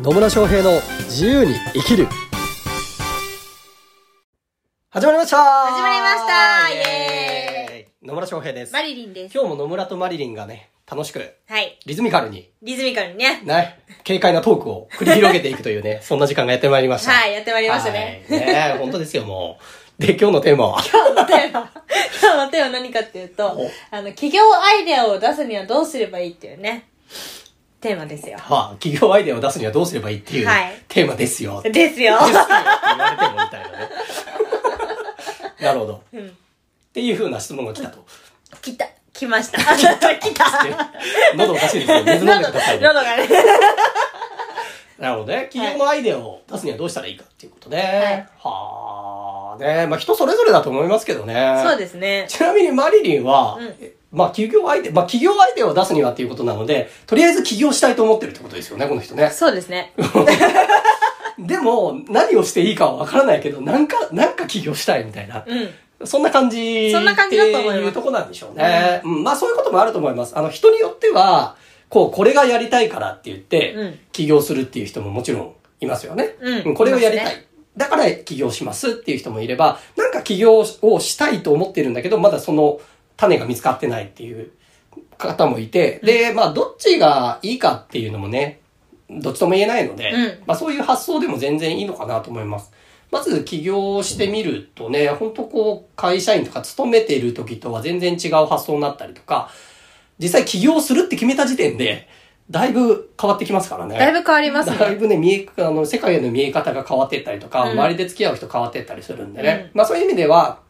野村翔平の自由に生きる始まりました始まりましたイエーイイ野村翔平ですマリリンです。今日も野村とマリリンがね楽しくはい。リズミカルにリズミカルにね。ね軽快なトークを繰り広げていくという ねそんな時間がやってまいりましたはい、やってまいりましたね。はいね本当ですよもうで今日のテーマ は今日のテーマ、今日のテーマ何かっていうとお、あの、企業アイデアを出すにはどうすればいいっていうね、テーマですよ。はあ企業アイデアを出すにはどうすればいいっていう、はいテーマです よですよ。ですよって言われてもみたいなね なるほど、んっていうふうな質問が来たと来た。来ました。来た。来た。喉おかしいですね水飲んでくださいね 喉がね。なるほどね企業のアイデアを出すにはどうしたらいいかっていうことね、はあねまあ人それぞれだと思いますけどねそうですね。ちなみにマリリンは、うんえまあ企業アイデア、まあ企業アイデアを出すにはっていうことなので、とりあえず起業したいと思ってるってことですよね、この人ね。そうですね。でも、何をしていいかはわからないけど、なんか、なんか起業したいみたいな。うん。そんな感じ。そんな感じだと思いますっていうとこなんでしょうね。うん、まあそういうこともあると思います。あの、人によっては、こう、これがやりたいからって言って、うん起業するっていう人ももちろんいますよね。うんこれをやりたい。いますねだから起業しますっていう人もいれば、なんか起業をしたいと思ってるんだけど、まだその種が見つかってないっていう方もいて、で、まあどっちがいいかっていうのもね、どっちとも言えないので、うんまあそういう発想でも全然いいのかなと思います。まず起業してみるとね、本当こう会社員とか勤めている時とは全然違う発想になったりとか、実際起業するって決めた時点で、だいぶ変わってきますからね。だいぶ変わりますだいね。ぶね、見え、あの、世界への見え方が変わってったりとか、うん周りで付き合う人変わってったりするんでね。まあそういう意味では、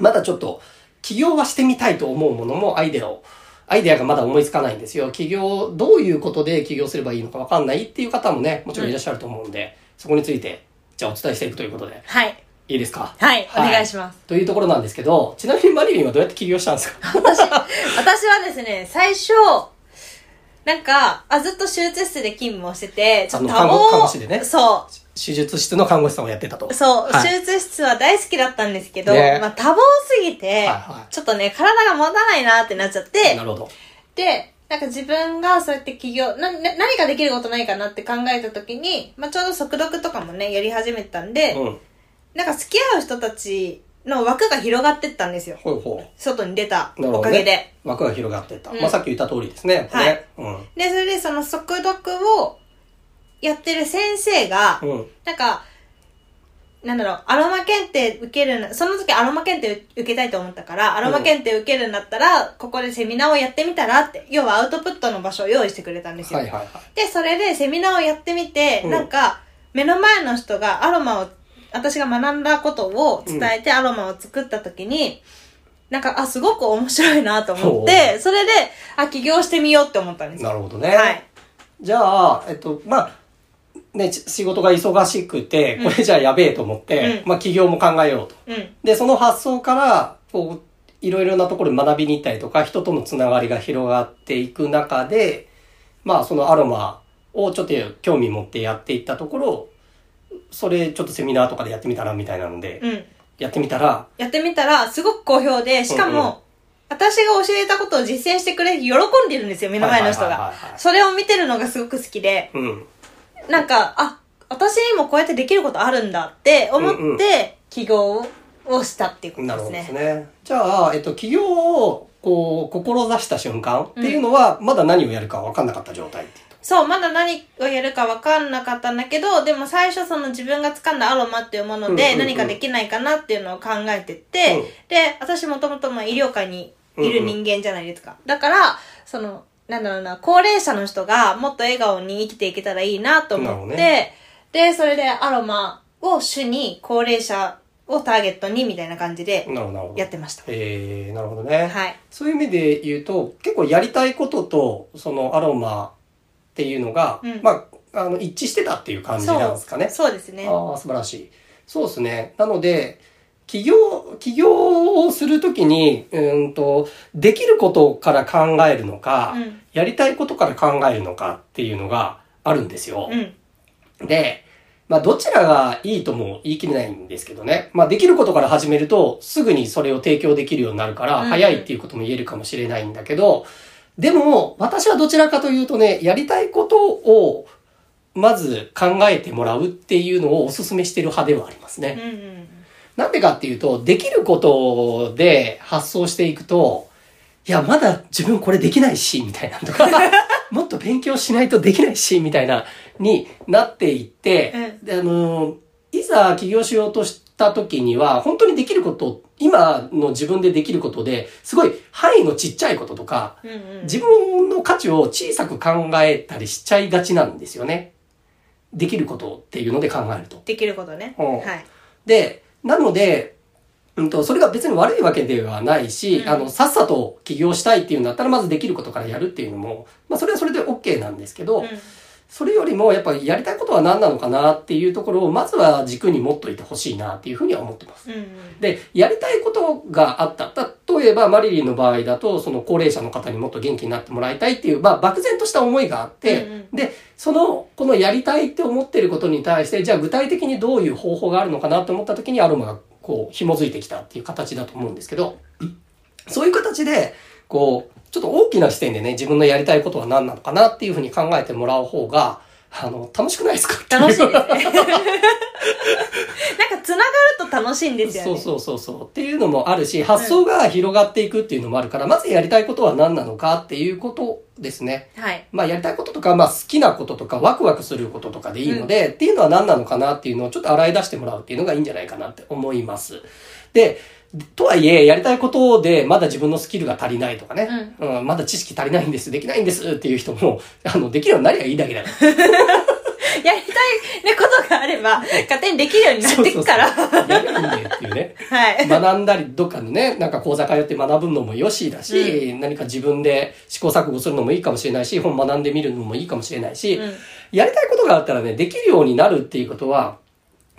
まだちょっと、起業はしてみたいと思うものもアイデアを、アイデアがまだ思いつかないんですよ。起業、どういうことで起業すればいいのかわかんないっていう方もね、もちろんいらっしゃると思うんで、そこについて、じゃあお伝えしていくということで、はい。いいですかはい、お願いします。というところなんですけど、ちなみにマリリンはどうやって起業したんです か私、私はですね、最初、なんか、あ、ずっと手術室で勤務をしてて、ちょっとあの看護多忙看護師でねそ手術室の看護師さんをやってたと。う。そう、はい手術室は大好きだったんですけど、ねまあ多忙すぎて、はいちょっとね、体が持たないなってなっちゃってな、るほど。で、なんか自分がそうやって起業、な、な何ができることないかなって考えた時に、まあちょうど速読とかもね、やり始めたんで、うん。なんか付き合う人たちの枠が広がってったんですよ。ほいほい。外に出たなるおほどかねげで。枠が広がってった。うんまあさっき言った通りですね。はいね。うん。で、それでその速読をやってる先生が、うん。なんか、なんだろう、アロマ検定受けるな、その時アロマ検定受けたいと思ったから、アロマ検定受けるんだったら、ここでセミナーをやってみたらって、要はアウトプットの場所を用意してくれたんですよ。はいはいはい。で、それでセミナーをやってみて、うんなんか、目の前の人がアロマを、私が学んだことを伝えてアロマを作った時に、なんか、あ、すごく面白いなと思って、それで、あ、起業してみようって思ったんですよ。なるほどね。はい。じゃあ、えっと、まあ、ね、ち仕事が忙しくて、うんこれじゃやべえと思って、うんまあ、起業も考えようと。うん。で、その発想から、こう、いろいろなところに学びに行ったりとか、人とのつながりが広がっていく中で、まあ、そのアロマをちょっと興味持ってやっていったところ、それちょっとセミナーとかでやってみたらみたいなので、うん。やってみたら、やってみたら、すごく好評で、しかも、うんうん私が教えたことを実践してくれて喜んでるんですよ、目の前の人はいはいはいがはいは。いそれを見てるのがすごく好きで、うん。なんか、あ、私にもこうやってできることあるんだって思うんうっんて、起業をしたっていうことなでるすほどですね。ね。じゃあ、えっと、企業を、こう、志した瞬間っていうのは、まだ何をやるか分かんなかった状態っていうとそう、まだ何をやるか分かんなかったんだけど、でも最初その自分が掴んだアロマっていうものうんうんうでん何かできないかなっていうのを考えてって、うんで、私もともとまあ医療界にいる人間じゃないですか。だから、その、なんだろうな、高齢者の人がもっと笑顔に生きていけたらいいなとなるほ思っどて、ねで、それでアロマを主に高齢者をターゲットにみたいな感じでなるほど、なるほど。やってました。えー、なるほどね。はい。そういう意味で言うと、結構やりたいことと、そのアロマっていうのが、うんまあ、あの、一致してたっていう感じなんですかね。そうですね。ああ、素晴らしい。そうですね。なので、起業、起業をするときに、うーんと、できることから考えるのか、うんやりたいことから考えるのかっていうのがあるんですよ。うん。で、まあ、どちらがいいとも言い切れないんですけどね。まあ、できることから始めると、すぐにそれを提供できるようになるから、うん早いっていうことも言えるかもしれないんだけど、でも、私はどちらかというとね、やりたいことをまず考えてもらうっていうのをお勧めしてる派ではありますうんね。うんなんでかっていうと、できることで発想していくと、いや、まだ自分これできないし、みたいなとか、もっと勉強しないとできないし、みたいな、になっていって、であの、いざ起業しようとした時には、本当にできること、今の自分でできることで、すごい範囲のちっちゃいこととか、うんうん自分の価値を小さく考えたりしちゃいがちなんですよね。できることっていうので考えると。できることね。うんはい。で、なので、うんと、それが別に悪いわけではないし、うんあの、さっさと起業したいっていうんだったら、まずできることからやるっていうのも、まあ、それはそれで OK なんですけど、うんそれよりも、やっぱりやりたいことは何なのかなっていうところを、まずは軸に持っといてほしいなっていうふうには思ってます。うんうんで、やりたいことがあった。例えば、マリリンの場合だと、その高齢者の方にもっと元気になってもらいたいっていう、まあ、漠然とした思いがあって、うんうんで、その、このやりたいって思ってることに対して、じゃあ具体的にどういう方法があるのかなと思った時に、アロマがこう、紐づいてきたっていう形だと思うんですけど、そういう形で、こう、ちょっと大きな視点でね、自分のやりたいことは何なのかなっていうふうに考えてもらう方が、あの、楽しくないですかってう楽しいですね。なん かつながると楽しいんですよね。そうそうそうそう。っていうのもあるし、発想が広がっていくっていうのもあるから、まずやりたいことは何なのかっていうことですね。はい。まあやりたいこととか、まあ好きなこととか、ワクワクすることとかでいいので、っていうのは何なのかなっていうのをちょっと洗い出してもらうっていうのがいいんじゃないかなって思います。で、とはいえ、やりたいことでまだ自分のスキルが足りないとかね、うんまだ知識足りないんです、できないんですっていう人も、あの、できるようになりゃいいだけだから。やりたいねことがあれば、勝 手にできるようになっていくから。そうそうそうやればいいんだよっていうね。はい。学んだり、どっかのね、なんか講座通って学ぶのもよしだし、何か自分で試行錯誤するのもいいかもしれないし、本学んでみるのもいいかもしれないし、うんやりたいことがあったらね、できるようになるっていうことは、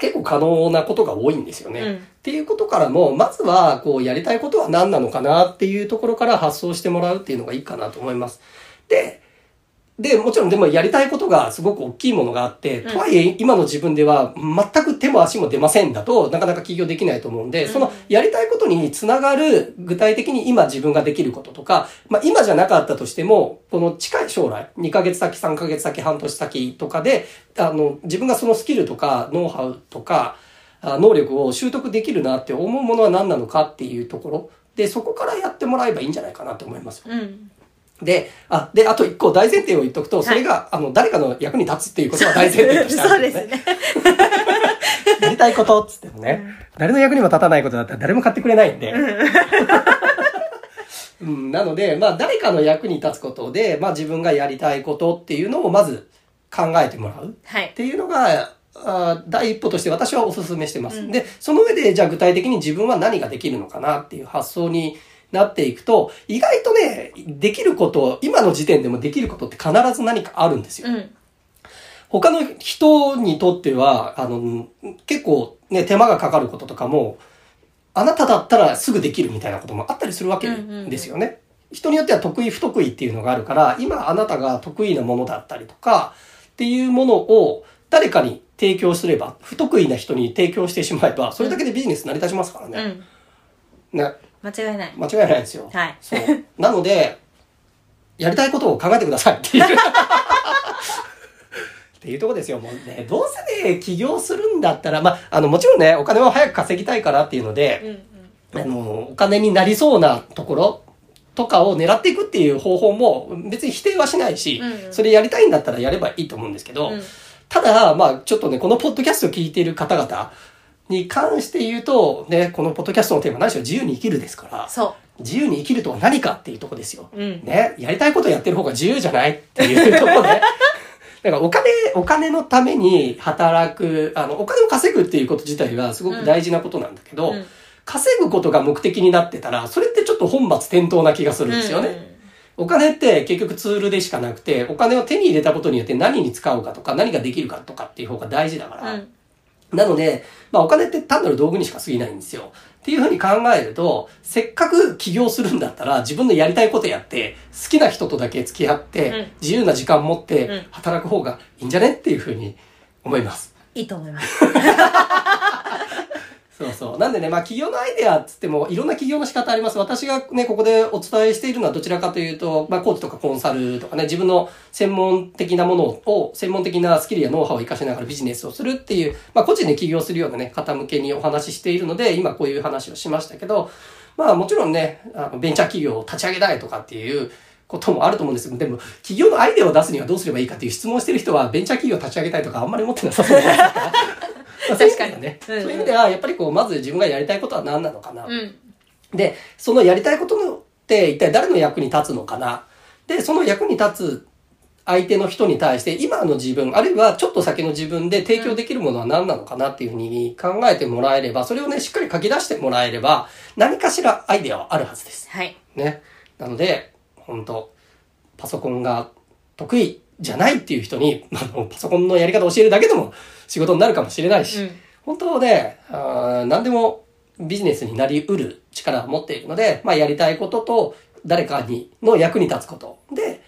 結構可能なことが多いんですよね。うんっていうことからも、まずは、こう、やりたいことは何なのかなっていうところから発想してもらうっていうのがいいかなと思います。で、で、もちろんでもやりたいことがすごく大きいものがあって、うんとはいえ今の自分では全く手も足も出ませんだとなかなか起業できないと思うんで、うんそのやりたいことにつながる具体的に今自分ができることとか、まあ今じゃなかったとしても、この近い将来、2ヶ月先、3ヶ月先、半年先とかで、あの、自分がそのスキルとかノウハウとか、あ能力を習得できるなって思うものは何なのかっていうところ、で、そこからやってもらえばいいんじゃないかなと思います。うん。で、あ、で、あと一個大前提を言っとくと、いそれが、あの、誰かの役に立つっていうことは大前提としてあそうるんでですすね。ね。やりたいことっつってもね、誰の役にも立たないことだったら誰も買ってくれないんで。 うん、なので、まあ、誰かの役に立つことで、まあ、自分がやりたいことっていうのをまず考えてもらう。はっい。ていうのが、あー第一歩として私はお勧めしてます。で、その上で、じゃあ具体的に自分は何ができるのかなっていう発想になっていくと、意外とね、できること、今の時点でもできることって必ず何かあるんですよ。うん。他の人にとっては、あの、結構ね、手間がかかることとかも、あなただったらすぐできるみたいなこともあったりするわけうんうんうんですよね。人によっては得意不得意っていうのがあるから、今あなたが得意なものだったりとか、っていうものを誰かに提供すれば、不得意な人に提供してしまえば、それだけでビジネス成り立ちますからうね。ん。ね、間違いない。間違いないですよ。はいそう。なので、やりたいことを考えてくださいっ ていう。っていうとこですよ。もうね、どうせね、起業するんだったら、まあ、あの、もちろんね、お金を早く稼ぎたいからっていうのうんで、うん。あの、お金になりそうなところとかを狙っていくっていう方法も別に否定はしないし、うんうんそれやりたいんだったらやればいいと思うんですけど、うんただ、まあ、ちょっとね、このポッドキャストを聞いている方々に関して言うと、ね、このポッドキャストのテーマ、何しろ自由に生きるですから、そ自由に生きるとは何かっていうとこですよ。うんね。やりたいことやってる方が自由じゃないっていうとこね。 だからお金、お金のために働く、あの、お金を稼ぐっていうこと自体はすごく大事なことなんだけう。ど、うん稼ぐことが目的になってたら、それってちょっと本末転倒な気がするんですよね。うんうんお金って結局ツールでしかなくて、お金を手に入れたことによって何に使うかとか何ができるかとかっていう方が大事だから、うんなので、まあお金って単なる道具にしか過ぎないんですよ。っていうふうに考えると、せっかく起業するんだったら自分のやりたいことやって、好きな人とだけ付き合って、うん自由な時間持っうんて働く方がいいんじゃねっていうふうに思います。いいと思います。そうそう。なんでね、まあ企業のアイデアっつっても、いろんな企業の仕方あります。私がね、ここでお伝えしているのはどちらかというと、まあコーチとかコンサルとかね、自分の専門的なものを、専門的なスキルやノウハウを活かしながらビジネスをするっていう、まあ個人で起業するようなね、方向けにお話ししているので、今こういう話をしましたけど、まあもちろんね、あのベンチャー企業を立ち上げたいとかっていう、こともあると思うんですけど、でも、企業のアイデアを出すにはどうすればいいかっていう質問してる人は、ベンチャー企業を立ち上げたいとかあんまり思ってなさそうじゃないです か。まあそういう意味ではね。確そかうにうんいう意味では、やっぱりこう、まず自分がやりたいことは何なのかな。うん。で、そのやりたいことって一体誰の役に立つのかな。で、その役に立つ相手の人に対して、今の自分、あるいはちょっと先の自分で提供できるものは何なのかなっていうふうに考えてもらえれば、それをね、しっかり書き出してもらえれば、何かしらアイデアはあるはずです。はい。ね。なので、本当パソコンが得意じゃないっていう人に、 あの、パソコンのやり方を教えるだけでも仕事になるかもしれないし、うん本当ね、あー何でもビジネスになりうる力を持っているので、まあ、やりたいことと、誰かに、の役に立つこと。で、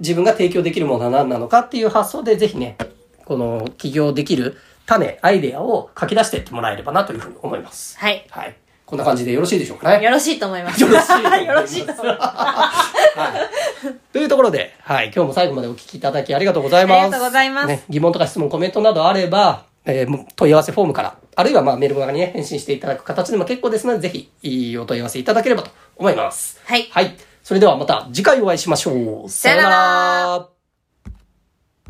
自分が提供できるものは何なのかっていう発想で、ぜひね、この起業できる種、アイデアを書き出していってもらえればなというふうに思います。はい。はい。こんな感じでよろしいでしょうかね。よろしいと思います。よろしいと思います よろしいと思います。はい、というところで、はい、今日も最後までお聞きいただきありがとうございます。ありがとうございますね、疑問とか質問、コメントなどあれば、えーもう問い合わせフォームから、あるいはまあメール側に、ね、返信していただく形でも結構ですので、ぜひいいお問い合わせいただければと思います。はいはい。それではまた次回お会いしましょう。さよならさよなら